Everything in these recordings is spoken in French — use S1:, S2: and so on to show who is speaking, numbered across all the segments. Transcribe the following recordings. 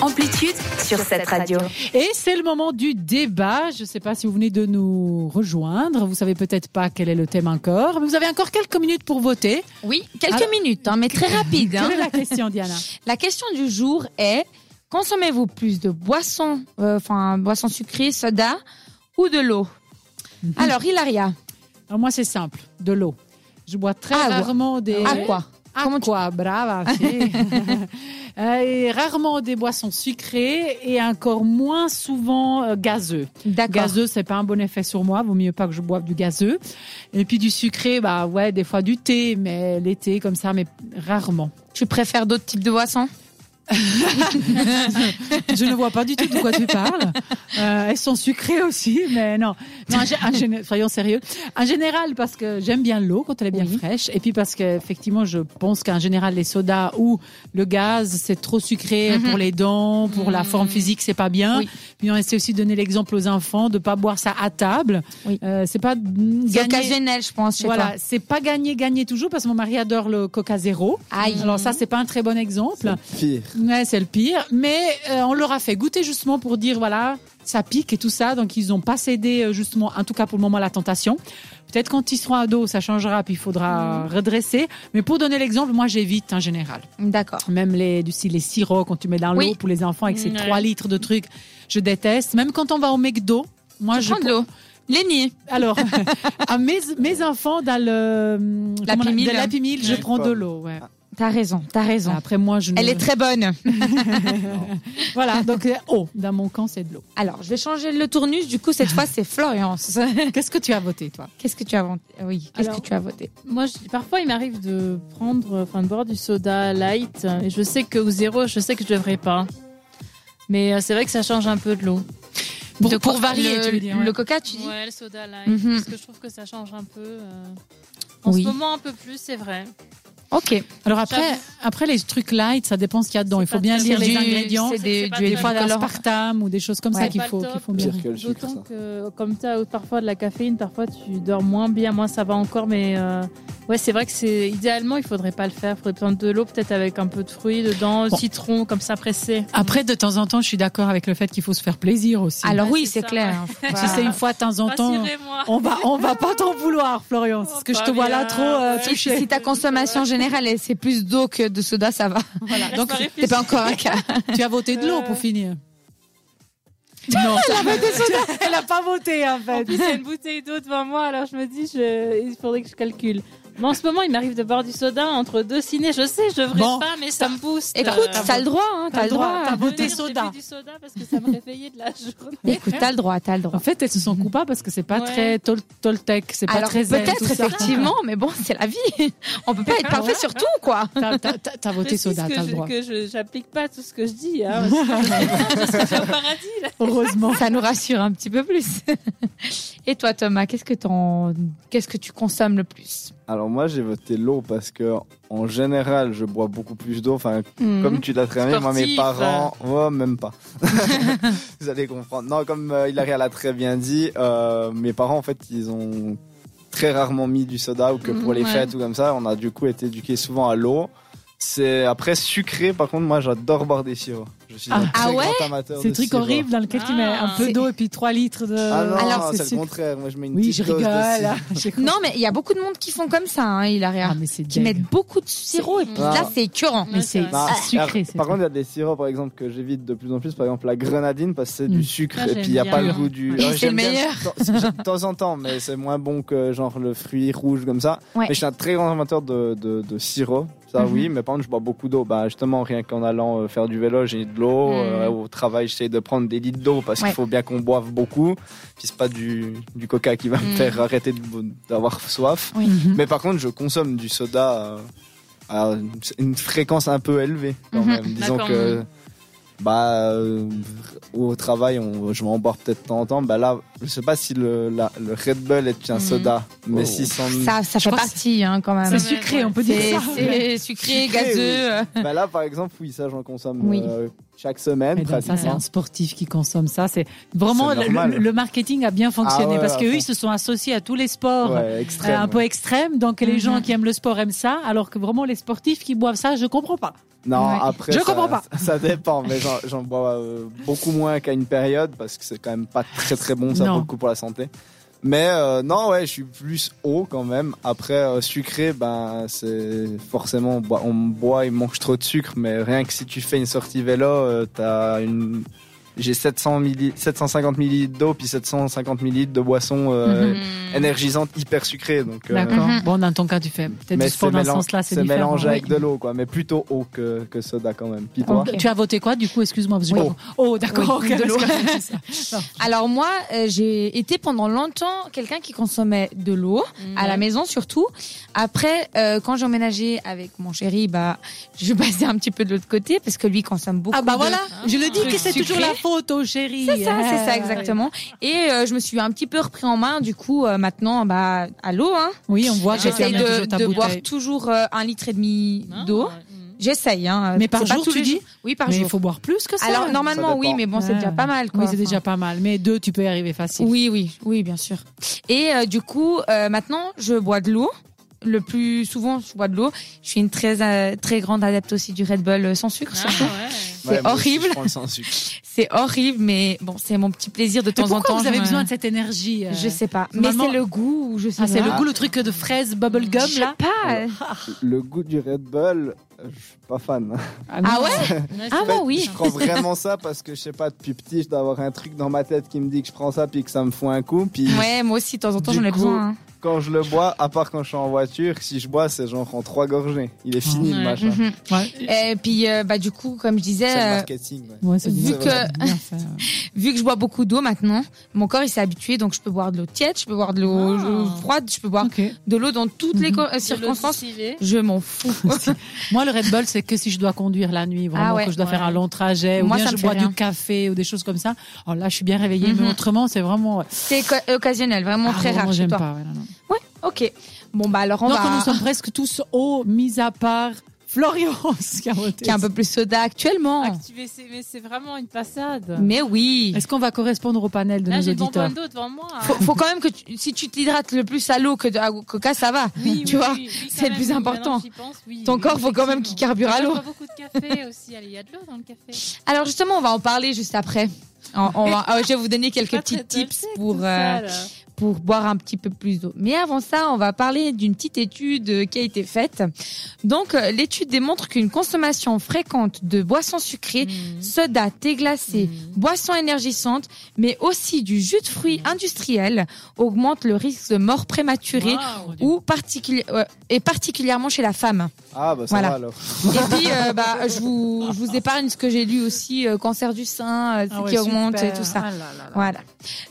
S1: Amplitude sur cette radio.
S2: Et c'est le moment du débat. Je ne sais pas si vous venez de nous rejoindre. Vous savez peut-être pas quel est le thème encore, mais vous avez encore quelques minutes pour voter.
S3: Oui, quelques
S2: Alors-
S3: minutes, hein, mais très rapide. hein.
S2: Quelle est la question, Diana
S3: La question du jour est consommez-vous plus de boissons, euh, enfin boissons sucrées, soda ou de l'eau Alors, Hilaria,
S2: Alors moi, c'est simple, de l'eau. Je bois très
S3: Ah,
S2: rarement des
S3: à quoi Comment tu- Ah.
S2: Aqua, brava. si. Euh, et rarement des boissons sucrées et encore moins souvent euh, gazeux.
S3: D'accord.
S2: Gazeux, c'est pas un bon effet sur moi. Vaut mieux pas que je boive du gazeux. Et puis du sucré, bah ouais, des fois du thé, mais l'été comme ça, mais rarement.
S3: Tu préfères d'autres types de boissons
S2: Je ne vois pas du tout de quoi tu parles. Euh, elles sont sucrées aussi, mais non. Non, en gé- en gé- soyons sérieux. En général, parce que j'aime bien l'eau quand elle est bien
S3: Oui.
S2: fraîche, et puis parce qu'effectivement, je pense qu'en général, les sodas ou le gaz, c'est trop sucré
S3: Mhm.
S2: pour les dents, pour la forme physique, c'est pas bien.
S3: Oui.
S2: Puis on essaie aussi de donner l'exemple aux enfants de pas boire ça à table.
S3: Oui.
S2: Euh, c'est pas mm,
S3: C'est
S2: gagner.
S3: occasionnel, je pense, chez
S2: Voilà,
S3: toi.
S2: c'est pas gagner, gagner toujours parce que mon mari adore le Coca Zéro.
S3: Aïe.
S2: Alors ça, c'est pas un très bon exemple.
S4: Pire.
S2: Ouais, c'est le pire. Mais euh, on leur a fait goûter justement pour dire voilà, ça pique et tout ça. Donc ils n'ont pas cédé euh, justement, en tout cas pour le moment, à la tentation. Peut-être quand ils seront ados, ça changera, puis il faudra
S3: Mhm.
S2: redresser. Mais pour donner l'exemple, moi j'évite en général.
S3: D'accord.
S2: Même les, du, si les sirops quand tu mets dans
S3: Oui. Mm,
S2: l'eau pour les enfants avec ces
S3: Ouais.
S2: 3 litres de trucs, je déteste. Même quand on va au McDo, moi je.
S3: Prends de l'eau. Lenny,
S2: Alors, à mes, mes enfants dans le.
S3: L'Happy
S2: comment on a-
S3: Meal.
S2: de l'Happy Meal, je
S4: Ouais.
S2: prends de l'eau. ouais.
S3: t'as raison, t'as raison.
S2: Après moi, je. ne-
S3: Elle est très bonne.
S2: Voilà, donc euh, oh, dans mon camp c'est de l'eau.
S3: Alors, je vais changer le tournus. Du coup, cette fois, c'est Florence.
S2: Qu'est-ce que tu as voté, toi
S3: Qu'est-ce que tu as voté Oui, qu'est-ce que
S5: Alors-
S3: tu as voté
S5: Moi, je- parfois, il m'arrive de prendre, enfin, de boire du soda light. Et je sais que au zéro, je sais que je devrais pas. Mais euh, c'est vrai que ça change un peu de l'eau.
S2: Pour,
S3: De
S2: pour
S3: quoi-
S2: varier,
S3: le,
S2: tu veux dire. ouais.
S3: le coca, tu dis
S5: Ouais, le soda light.
S3: Mhm.
S5: Parce que je trouve que ça change un peu. euh, En
S3: Oui.
S5: ce moment, un peu plus, c'est vrai.
S3: Ok.
S2: Alors après,
S5: J'avoue.
S2: après les trucs light, ça dépend ce qu'il y a dedans. Il
S5: C'est
S2: faut
S5: pas
S2: bien
S5: très
S2: lire les
S5: léger,
S2: ingrédients.
S3: C'est
S5: c'est
S3: des,
S5: pas
S3: du
S5: très
S2: Des fois
S5: léger.
S3: édolorant.
S2: d'aspartame ou des choses comme
S3: Ouais.
S2: ça qu'il
S5: C'est
S2: faut,
S5: pas le
S2: qu'il faut
S5: top.
S2: bien.
S4: Pire que le sucre,
S5: D'autant
S4: ça.
S5: que, comme tu as parfois de la caféine, parfois tu dors moins bien. Moi, ça va encore, mais euh, ouais, c'est vrai que c'est idéalement, il faudrait pas le faire. Il faudrait prendre de l'eau, peut-être avec un peu de fruits dedans,
S2: Bon.
S5: citron, comme ça pressé.
S2: Après, de temps en temps, je suis d'accord avec le fait qu'il faut se faire plaisir aussi.
S3: Alors
S5: Ouais,
S3: oui,
S5: c'est
S3: Ah, c'est
S5: ça,
S3: clair. Faut
S2: si
S3: pas-
S2: c'est une fois de temps en temps,
S5: Rassurez-moi.
S2: on va, on va pas t'en vouloir, Florian. C'est ce que je te vois là trop euh,
S5: Ouais.
S3: Si,
S2: touchée.
S3: si ta consommation générale elle, c'est plus d'eau que de soda, ça va.
S2: Voilà.
S5: Laisse
S2: Donc,
S5: pas
S3: C'est
S5: réfléchir.
S3: pas encore un cas.
S2: tu as voté de l'eau pour
S5: Euh.
S2: finir. Non, elle a pas voté en
S5: En
S3: Euh,
S2: fait.
S5: plus, il y a une bouteille d'eau devant moi, alors je me dis, je... il faudrait que je calcule. Mais en ce moment, il m'arrive de boire du soda entre deux ciné. Je sais, je devrais
S2: Bon.
S5: pas, mais ça me booste.
S3: Écoute,
S5: Euh,
S3: t'as le droit, hein, t'as le droit.
S2: t'as voté
S5: Venir, j'ai
S2: soda.
S5: bu du soda parce que ça me réveillait de la journée.
S3: Écoute, t'as le droit, t'as le droit.
S2: En fait, elles se sont coupables parce que c'est pas
S5: Ouais.
S2: très tol- Toltec, c'est pas
S3: Alors
S2: très zen, tout
S3: peut-être
S2: ça.
S3: effectivement, mais bon, c'est la vie. On peut pas être parfait sur tout, quoi.
S2: T'as- t'as- T'as t'as voté
S5: Précise
S2: soda,
S5: que
S2: t'as le
S5: je-
S2: droit.
S5: que je j'applique pas tout ce que je dis. Hein, parce que je je suis au paradis là.
S2: Heureusement.
S3: Ça nous rassure un petit peu plus. Et toi, Thomas, qu'est-ce que t'en- qu'est-ce que tu consommes le plus
S4: Alors moi j'ai voté l'eau parce que en général je bois beaucoup plus d'eau. Enfin
S2: Mhm.
S3: Hmm.
S4: comme tu l'as très bien, moi mes
S5: Sportif.
S4: parents, oh même pas. Vous allez comprendre. Non comme euh, Hilaria l'a très bien dit, euh, mes parents en fait ils ont très rarement mis du soda ou que pour les
S3: Ouais.
S4: fêtes ou comme ça. On a du coup été éduqués souvent à l'eau. C'est après sucré. Par contre moi j'adore boire des sirops. Je suis un
S2: Ah.
S4: très
S3: Ah ouais
S4: grand amateur
S2: C'est
S4: de
S2: le truc
S4: sirop.
S2: horrible dans lequel tu mets un
S5: Ah.
S2: peu
S3: C'est-
S2: d'eau et puis 3 litres de.
S4: Ah non,
S3: Alors,
S4: c'est
S2: sucre.
S4: le contraire. Moi je mets une
S2: Oui,
S4: petite
S2: je
S4: dose de
S2: rigole. Ah,
S4: sucre.
S2: J'ai cru-
S3: Non, mais il y a beaucoup de monde qui font comme ça, hein, Hilaria.
S2: Ah, mais c'est
S3: qui
S2: dingue.
S3: mettent beaucoup de sirop et puis
S4: Ah.
S3: là, c'est écœurant.
S2: Mais c'est
S4: Non,
S2: c'est sucré. c'est
S4: Bah, Par
S2: vrai.
S4: contre, il y a des sirops, par exemple, que j'évite de plus en plus. Par exemple, la grenadine, parce que c'est
S2: Mm.
S4: du sucre
S5: Ah,
S4: et puis il n'y a
S5: j'aime
S4: pas
S5: bien.
S4: le goût du.
S5: Et
S4: Ouais,
S3: c'est
S4: j'aime
S3: le
S4: bien
S3: meilleur.
S4: de temps- De temps en temps, mais c'est moins bon que genre le fruit rouge comme ça.
S3: Ouais.
S4: Mais je suis un très grand amateur de, de, de sirop. Ça,
S3: Mhm.
S4: oui, mais par contre, je bois beaucoup d'eau. Bah, justement, rien qu'en allant euh, faire du vélo, j'ai de l'eau.
S3: Mm.
S4: Euh, au travail, j'essaye de prendre des litres d'eau parce
S3: Ouais.
S4: qu'il faut bien qu'on boive beaucoup. Puis c'est pas du, du coca qui va
S3: Mm.
S4: me faire arrêter de- d'avoir soif.
S3: Oui.
S2: Mhm.
S4: Mais par contre, je consomme du soda euh, à une fréquence un peu élevée quand
S3: Mhm.
S4: même. Disons
S5: D'accord.
S4: que bah euh, au travail, on, je vais en boire peut-être de temps en temps. Bah là, je sais pas si le, la- le Red Bull est un
S3: Mhm.
S4: soda, mais
S2: Oh.
S4: si c'en
S3: Ça, ça fait
S2: crois que
S3: partie hein, quand
S2: C'est
S3: même.
S5: Ça-
S2: sucré,
S5: Ouais.
S2: on peut
S3: C'est
S2: dire ça.
S3: c'est sucré,
S4: Sucré,
S3: gazeux. euh.
S4: bah là par exemple, oui, ça j'en consomme
S3: Oui.
S4: euh, chaque semaine
S2: Mais donc, Eh ben, ça, c'est
S4: pratiquement.
S2: un sportif qui consomme ça. C'est vraiment
S4: hein. C'est
S2: le-
S4: normal.
S2: le, le marketing a bien fonctionné
S4: Ah ouais,
S2: parce que
S4: à
S2: eux,
S4: fond.
S2: ils se sont associés à tous les sports.
S4: Ouais,
S2: euh,
S4: extrême.
S2: un peu extrêmes donc les
S3: Mhm.
S2: gens qui aiment le sport aiment ça, alors que vraiment les sportifs qui boivent ça, je comprends pas.
S4: Non,
S3: Ouais.
S4: après.
S2: Je
S4: ça-
S2: comprends pas.
S4: Ça, dépend, mais j'en- j'en bois euh, beaucoup moins qu'à une période parce que c'est quand même pas très très bon, ça
S2: Non.
S4: vaut le coup pour la santé. Mais euh, non, ouais, je suis plus haut quand même. Après, euh, sucré, ben, c'est forcément, on boit, on boit, il manque trop de sucre, mais rien que si tu fais une sortie vélo, euh, t'as une. J'ai 700 milli- 750 millilitres d'eau, puis 750 millilitres de boisson euh, énergisante hyper sucrée. Donc, euh,
S2: Mhm. D'accord.
S3: Mhm.
S2: Bon, dans ton cas, tu fais peut-être
S4: mais
S2: du sport
S4: c'est
S2: dans ce
S4: mélan-
S2: sens-là, c'est
S4: c'est
S2: différent.
S4: mélangé avec
S2: Oui.
S4: de l'eau, quoi. Mais plutôt eau que, que soda quand même. Puis toi
S3: Ok.
S2: Tu as voté quoi, du coup Excuse-moi. parce que j'ai
S4: Oui.
S2: pas- Oh, d'accord.
S3: Oui,
S2: ok,
S3: de l'eau.
S2: parce que-
S3: Alors moi, euh, j'ai été pendant longtemps quelqu'un qui consommait de l'eau à
S2: Mhm.
S3: la maison surtout. Après, euh, quand j'ai emménagé avec mon chéri, bah, je passais un petit peu de l'autre côté parce que lui consomme beaucoup.
S2: Ah bah
S3: de-
S2: voilà, je le dis que c'est
S3: Hein Sucré.
S2: toujours la faute hein. au chéri.
S3: C'est ça, c'est ça exactement. Et euh, je me suis un petit peu repris en main. Du coup, euh, maintenant, bah, à l'eau. Hein.
S2: Oui, on voit que tu
S3: J'essaye
S2: amènes
S3: de,
S2: toujours ta
S3: de boire
S2: bouteille.
S3: toujours euh, un litre et demi d'eau. J'essaye. Hein.
S2: Mais par
S3: C'est pas
S2: jour,
S3: tous
S2: tu
S3: les
S2: dis
S3: jours. Oui, par
S2: Mais il
S3: jour.
S2: faut boire plus que ça.
S3: Alors
S4: Ça
S3: normalement,
S4: dépend.
S3: oui, mais bon, c'est
S2: Ouais.
S3: déjà pas mal. Quoi.
S2: Oui, c'est déjà
S3: Enfin,
S2: pas mal. Mais deux, tu peux y arriver facile.
S3: Oui, oui, oui, bien sûr. Et euh, du coup, euh, maintenant, je bois de l'eau. Le plus souvent, je bois de l'eau. Je suis une très euh, très grande adepte aussi du Red Bull euh, sans sucre.
S5: Ah.
S3: surtout. C'est
S4: Ouais, moi aussi,
S3: horrible.
S4: je prends le sans sucre.
S3: C'est horrible, mais bon, c'est mon petit plaisir de
S2: Mais
S3: temps en
S2: pourquoi
S3: temps.
S2: vous avez
S3: je me-
S2: besoin de cette énergie euh,
S3: Je sais pas. Mais
S2: Normalement-
S3: c'est le goût, ou je sais
S2: Ah, c'est
S3: pas.
S2: le goût, le truc de fraise bubblegum,
S3: Je sais
S2: là
S5: Ah
S3: pas. euh.
S4: Le goût du Red Bull, euh, je suis pas fan.
S3: Ah ouais Ah bon,
S4: En fait,
S3: oui.
S4: Je prends vraiment ça parce que je sais pas, depuis petit, je dois avoir un truc dans ma tête qui me dit que je prends ça puis que ça me fout un coup. Puis
S3: Ouais, moi aussi, de temps en temps,
S4: Du
S3: j'en ai
S4: coup-
S3: besoin. hein.
S4: quand je le bois, à part quand je suis en voiture, si je bois, c'est genre en trois gorgées. Il est fini le
S5: Ouais.
S4: machin.
S3: Mhm.
S2: Ouais.
S3: Et puis, euh, bah, du coup, comme je disais,
S4: C'est le
S3: euh,
S4: marketing. ouais.
S2: Ouais, c'est
S4: Vu
S2: bien,
S4: que-
S2: c'est bien, ça.
S3: vu que je bois beaucoup d'eau maintenant, mon corps il s'est habitué, donc je peux boire de l'eau tiède, je peux boire de l'eau
S5: Ah.
S3: euh, froide, je peux boire
S2: Ok.
S3: de l'eau dans toutes les
S2: Mhm.
S3: co- euh, circonstances. Je m'en fous.
S2: Moi, le Red Bull, c'est que si je dois conduire la nuit, vraiment,
S3: Ah ouais.
S2: que je dois
S5: Ouais.
S2: faire un long trajet,
S3: Moi,
S2: ou bien
S3: ça
S2: je
S3: me
S2: bois
S3: fait rien.
S2: du café ou des choses comme ça. Alors là, je suis bien réveillée,
S3: Mhm.
S2: mais autrement, c'est vraiment.
S3: C'est co- occasionnel, vraiment
S2: Ah,
S3: très
S2: vraiment,
S3: rare chez
S2: j'aime
S3: toi.
S2: pas. ouais, non, non.
S3: Ok. Bon bah alors on
S2: Donc,
S3: va
S2: nous sommes presque tous hauts, mis à part Florian, qui a voté.
S3: qui est un peu plus soda actuellement.
S5: Activer, c'est- mais c'est vraiment une passade.
S3: Mais oui.
S2: Est-ce qu'on va correspondre au panel de
S5: Là,
S2: nos
S5: j'ai le
S2: auditeurs
S5: bonbon d'eau devant moi.
S3: Faut, faut quand même que tu- si tu t'hydrates le plus à l'eau que de- à coca, ça va.
S5: Oui,
S3: tu
S5: oui,
S3: vois,
S5: oui, oui,
S3: c'est le
S5: quand
S3: plus
S5: même,
S3: important.
S5: maintenant que j'y pense, oui,
S3: Ton
S5: oui,
S3: corps, faut quand même qu'il carbure
S5: effectivement.
S3: à
S5: Je
S3: l'eau.
S5: bois beaucoup de café aussi. Allez, il y a de l'eau dans le café.
S3: Alors justement, on va en parler juste après. On- on va- ah, je vais vous donner quelques
S5: Pas très
S3: petits tips
S5: dolcette,
S3: pour
S5: tout
S3: euh,
S5: ça, là.
S3: pour boire un petit peu plus d'eau. Mais avant ça, on va parler d'une petite étude euh, qui a été faite. Donc, euh, l'étude démontre qu'une consommation fréquente de boissons sucrées,
S5: Hmm.
S3: soda, thé glacé,
S2: Mm.
S3: boissons énergisantes, mais aussi du jus de fruits industriel, augmente le risque de mort prématurée
S5: Waouh.
S3: ou particuli- euh, et particulièrement chez la femme.
S4: Ah bah ça
S3: Voilà.
S4: va alors.
S3: Et puis, euh, bah, je vous, je vous épargne ce que j'ai lu aussi, euh, cancer du sein, euh,
S2: Ah ouais,
S3: qui augmente,
S2: super.
S3: et tout ça.
S2: Ah là là là.
S3: Voilà.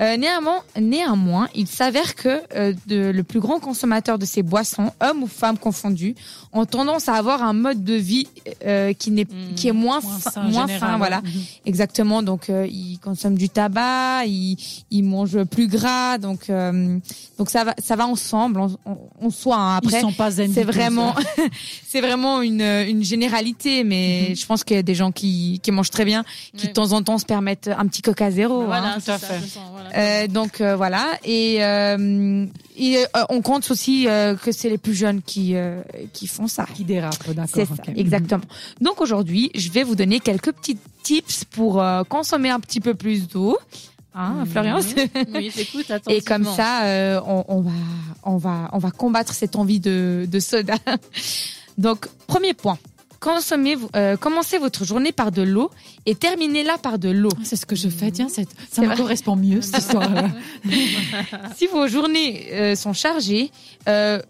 S3: Euh, néanmoins, néanmoins, il s'avère que euh, de- le plus grand consommateur de ces boissons, hommes ou femmes confondus, ont tendance à avoir un mode de vie euh, qui n'est
S5: Mhm.
S3: qui est moins
S2: Mm. Moins
S3: fin,
S2: sain,
S3: moins
S2: général,
S3: fin, voilà.
S2: ouais. Mhm.
S3: Exactement. Donc euh, ils consomment du tabac, ils ils mangent plus gras, donc euh, donc ça va ça va ensemble, on, on, on soit hein.
S2: Ils
S3: après.
S2: sont pas zen.
S3: C'est
S2: du tout,
S3: vraiment, c'est vraiment une, une généralité, mais je pense qu'il y a des gens qui, qui mangent très bien, qui
S5: Ouais. Bah
S3: de temps en temps se permettent un petit coca zéro. hein.
S5: Voilà,
S2: tout
S5: c'est
S2: à
S5: ça,
S2: fait.
S5: je sens, voilà.
S3: Euh, donc euh, voilà et, euh, et, euh, on compte aussi euh, que c'est les plus jeunes qui euh, qui font ça.
S2: ça. Qui dérape, d'accord.
S3: C'est ça,
S2: ok.
S3: exactement. Donc aujourd'hui, je vais vous donner quelques petits tips pour euh, consommer un petit peu plus d'eau,
S2: Ah,
S3: hein,
S5: Mhm.
S3: Florian.
S5: Oui, j'écoute
S3: Et
S5: attentivement.
S3: comme ça, euh, on, on va on va on va combattre cette envie de de soda. Donc premier point. Consommez, vous- euh, commencez votre journée par de l'eau et terminez-la par de l'eau.
S2: Ah, C'est ce que je fais, tiens, c'est- ça me
S3: vrai.
S2: correspond mieux cette histoire-là.
S3: si vos journées euh, sont chargées, euh,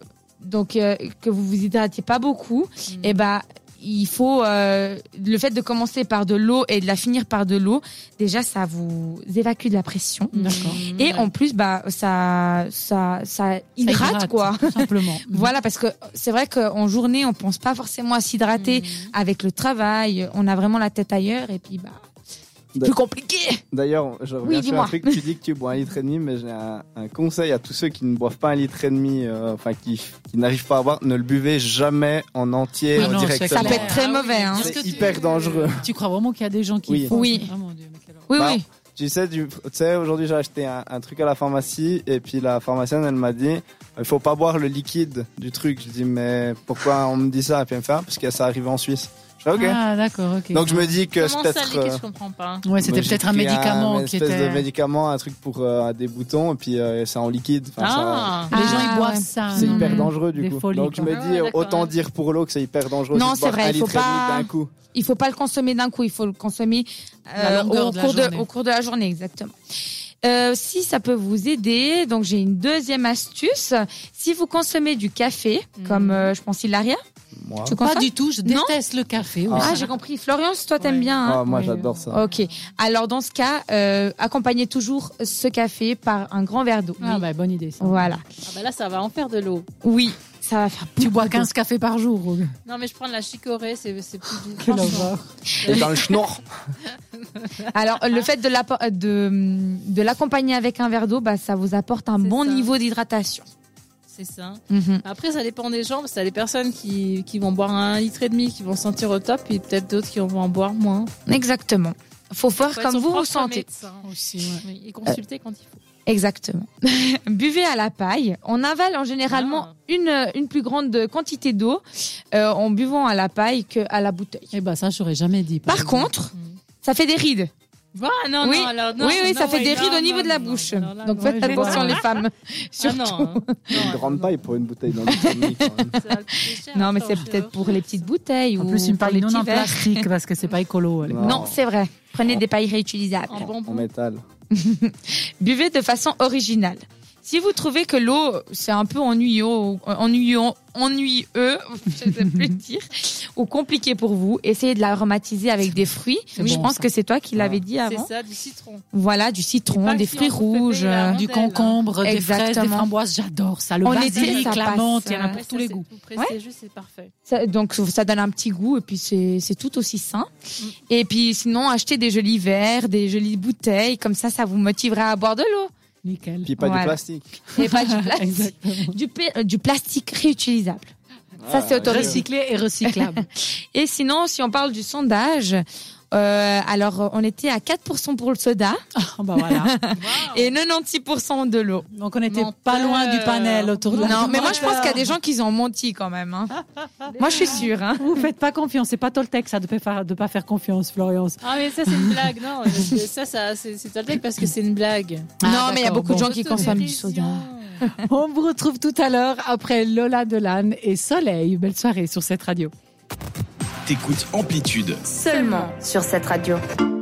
S3: donc euh, que vous vous hydratez pas beaucoup,
S5: Mm.
S3: eh ben il faut euh, le fait de commencer par de l'eau et de la finir par de l'eau. Déjà, ça vous évacue de la pression.
S2: D'accord.
S3: Et en plus, bah ça, ça, ça hydrate, Mm. quoi. Hein
S2: tout Simplement.
S3: Voilà, parce que c'est vrai qu'en journée, on pense pas forcément à
S5: Hmm.
S3: s'hydrater avec le travail. On a vraiment la tête ailleurs et puis bah c'est plus compliqué.
S4: Bah, D'ailleurs, je reviens
S3: Oui,
S4: sur
S3: dis-moi.
S4: un truc. Tu dis que tu bois un litre et demi, mais j'ai un, un conseil à tous ceux qui ne boivent pas un litre et demi, euh, enfin qui, qui n'arrivent pas à boire, ne le buvez jamais en entier
S2: Oui,
S4: euh,
S2: non, c'est
S4: directement.
S3: Ça peut
S2: clair.
S3: être très
S5: Ah oui,
S3: mauvais. Hein.
S5: bien sûr.
S4: C'est
S5: Est-ce que
S4: hyper
S5: tu-
S4: dangereux.
S2: Tu crois vraiment qu'il y a des gens qui
S4: Oui.
S2: font
S3: Oui.
S2: Ah, mon Dieu, mais quelle horreur.
S3: Oui,
S4: Bah,
S3: oui.
S4: Tu sais, du- tu sais aujourd'hui j'ai acheté un, un truc à la pharmacie et puis la pharmacienne elle m'a dit il faut pas boire le liquide du truc. Je dis mais pourquoi on me dit ça Et puis elle me fait Ah, parce que ça arrive en Suisse. Je Ok.
S2: Ah, d'accord, ok.
S4: Donc je me dis que c'est
S5: Comment ça, les
S4: peut-être.
S5: qu'est-ce
S4: euh,
S5: que je comprends pas
S2: Ouais, c'était
S4: mais j'ai
S2: peut-être un
S4: pris
S2: médicament
S4: un
S2: qui
S4: espèce
S2: était.
S4: de médicament, un truc pour euh, des boutons, et puis euh, c'est en liquide. Enfin, ça-
S5: Ah
S2: Les gens,
S3: Ah,
S2: ils boivent
S3: ouais.
S2: ça.
S4: c'est
S2: non,
S4: hyper
S2: mais-
S4: dangereux du
S2: des
S4: coup.
S2: folies,
S4: Donc je
S2: quoi.
S4: me
S5: Ah,
S4: dis,
S5: d'accord,
S4: autant
S5: ouais.
S4: dire pour l'eau que c'est hyper dangereux.
S3: Non,
S4: de
S3: c'est
S4: boire
S3: vrai,
S4: un
S3: il faut
S4: litre et demi
S3: pas-
S4: d'un coup.
S3: Il faut pas le consommer d'un coup, il faut le consommer euh,
S2: La longueur
S3: au,
S2: de la
S3: cours de,
S2: journée.
S3: au cours de la journée, exactement. Euh, si ça peut vous aider, donc j'ai une deuxième astuce. Si vous consommez du café,
S5: Mhm.
S3: comme euh, je pense Hilaria,
S4: Moi.
S3: tu
S2: Pas
S3: consommes
S2: du tout, je
S3: Non
S2: déteste le café. oui.
S3: Ah, j'ai compris. Florence, toi, t'aimes
S5: Ouais.
S3: bien. hein
S4: Ah, moi
S5: oui.
S4: j'adore ça.
S3: Ok. Alors dans ce cas, euh, accompagnez toujours ce café par un grand verre d'eau.
S2: Ah, bah, bonne idée. ça.
S3: Voilà.
S5: Ah bah là, ça va en faire de l'eau.
S3: Oui, ça va faire.
S2: Tu bois 15 cafés par jour. Rogue.
S5: Non, mais je prends de la chicorée, c'est c'est plus doux.
S2: Quelle
S5: Franchement.
S2: horreur.
S4: Et dans le schnorr.
S3: Alors le fait de l'appo- de de l'accompagner avec un verre d'eau, bah ça vous apporte un
S5: C'est
S3: bon
S5: ça.
S3: niveau d'hydratation.
S5: C'est ça.
S3: Mhm.
S5: Après, ça dépend des gens, parce qu'il y a des personnes qui, qui vont boire un litre et demi, qui vont se sentir au top, puis peut-être d'autres qui vont en boire moins.
S3: Exactement. Faut faire
S5: Faut être
S3: comme
S5: son
S3: vous vous
S5: propre
S3: sentez.
S5: médecin.
S2: Aussi, ouais.
S5: Oui,
S3: Euh,
S5: et consulter quand il faut.
S3: Exactement. Buvez à la paille. On avale en généralement
S5: Ah.
S3: une une plus grande quantité d'eau euh, en buvant à la paille que à la bouteille.
S2: Eh ben, ça, j'aurais jamais dit.
S3: Par
S2: exemple.
S3: contre,
S5: Mhm.
S3: ça fait des rides.
S5: Ah non,
S3: Oui.
S5: non, alors non,
S3: oui, oui,
S5: non,
S3: ça fait
S5: ouais,
S3: des
S5: non,
S3: rides au niveau
S5: non,
S3: de la
S5: non,
S3: bouche.
S5: non, non,
S3: Donc
S5: non,
S3: faites
S5: je vais
S3: attention
S5: pas.
S3: les femmes.
S5: Ah
S3: Surtout.
S5: non, hein.
S4: Une
S5: Non,
S4: grande
S5: non,
S4: paille pour une bouteille dans le tonic, quand même.
S5: ça va coûter cher,
S3: Non, mais
S5: ça,
S3: c'est
S5: au
S3: peut-être
S5: chirurgien.
S3: pour les petites bouteilles
S2: En
S3: ou
S2: plus, une
S3: pour
S2: paille
S3: les
S2: non
S3: petits
S2: en
S3: verres.
S2: plastique parce que c'est pas écolo. elle.
S4: Non.
S3: Non, c'est vrai. Prenez
S5: Oh.
S3: des pailles réutilisables.
S5: En
S4: En
S5: bambou.
S4: métal.
S3: Buvez de façon originale. Si vous trouvez que l'eau, c'est un peu ennuyeux, ou- euh, ennuyeux, ennuyeux, je sais plus dire, ou compliqué pour vous, essayez de l'aromatiser avec des fruits.
S2: C'est
S3: Je
S2: bon,
S3: pense
S2: ça.
S3: que c'est toi qui
S4: Ah.
S3: l'avais dit
S5: C'est
S3: avant.
S5: ça, du citron.
S3: Voilà, du citron,
S5: pas
S3: des
S5: le
S3: fruits
S5: citron qu'on
S3: rouges. euh,
S5: fait payer, là, hein.
S2: Du
S5: Rondelle,
S2: concombre, des fraises, des
S3: Exactement.
S2: framboises, j'adore ça. Le
S3: En
S2: basilic,
S3: été, ça
S2: la
S3: passe,
S2: menthe, il y en a
S3: euh,
S5: Ouais,
S2: pour
S5: ça,
S2: tous les
S5: c'est
S2: goûts.
S5: tout pressé, juste, c'est parfait.
S3: Ça- donc ça donne un petit goût et puis c'est c'est tout aussi sain.
S5: Mm.
S3: Et puis sinon, achetez des jolis verres, des jolies bouteilles, comme ça, ça vous motivera à boire de l'eau
S2: Nickel.
S4: Puis pas
S3: Voilà.
S4: du plastique.
S3: et pas du plastique.
S2: Exactement.
S3: du, pla- euh, du plastique réutilisable. Ça, c'est
S4: Ah,
S3: autorisé.
S2: Recyclé et recyclable.
S3: Et sinon, si on parle du sondage, euh, alors euh, on était à 4% pour le soda
S2: Ah, bah voilà.
S3: et 96% de l'eau.
S2: Donc on était
S5: Menteur.
S2: pas loin du panel autour de la
S3: Non, mais moi
S2: table.
S3: je pense qu'il y a des gens qui ont menti quand même. hein. Moi je suis sûre. hein.
S2: Vous faites pas confiance, c'est pas Toltec ça de ne pas, de pas faire confiance, Florian.
S5: Ah, mais ça, c'est une blague. Non, euh, ça, ça c'est c'est Toltec parce que c'est une blague.
S2: Ah,
S3: non, mais il y a
S2: d'accord,
S3: beaucoup de
S2: bon.
S3: gens qui consomment du soda.
S5: Autodérision.
S2: On vous retrouve tout à l'heure après Lola Delane et Soleil. Belle soirée sur cette radio.
S6: T'écoutes Amplitude.
S1: Seulement sur cette radio.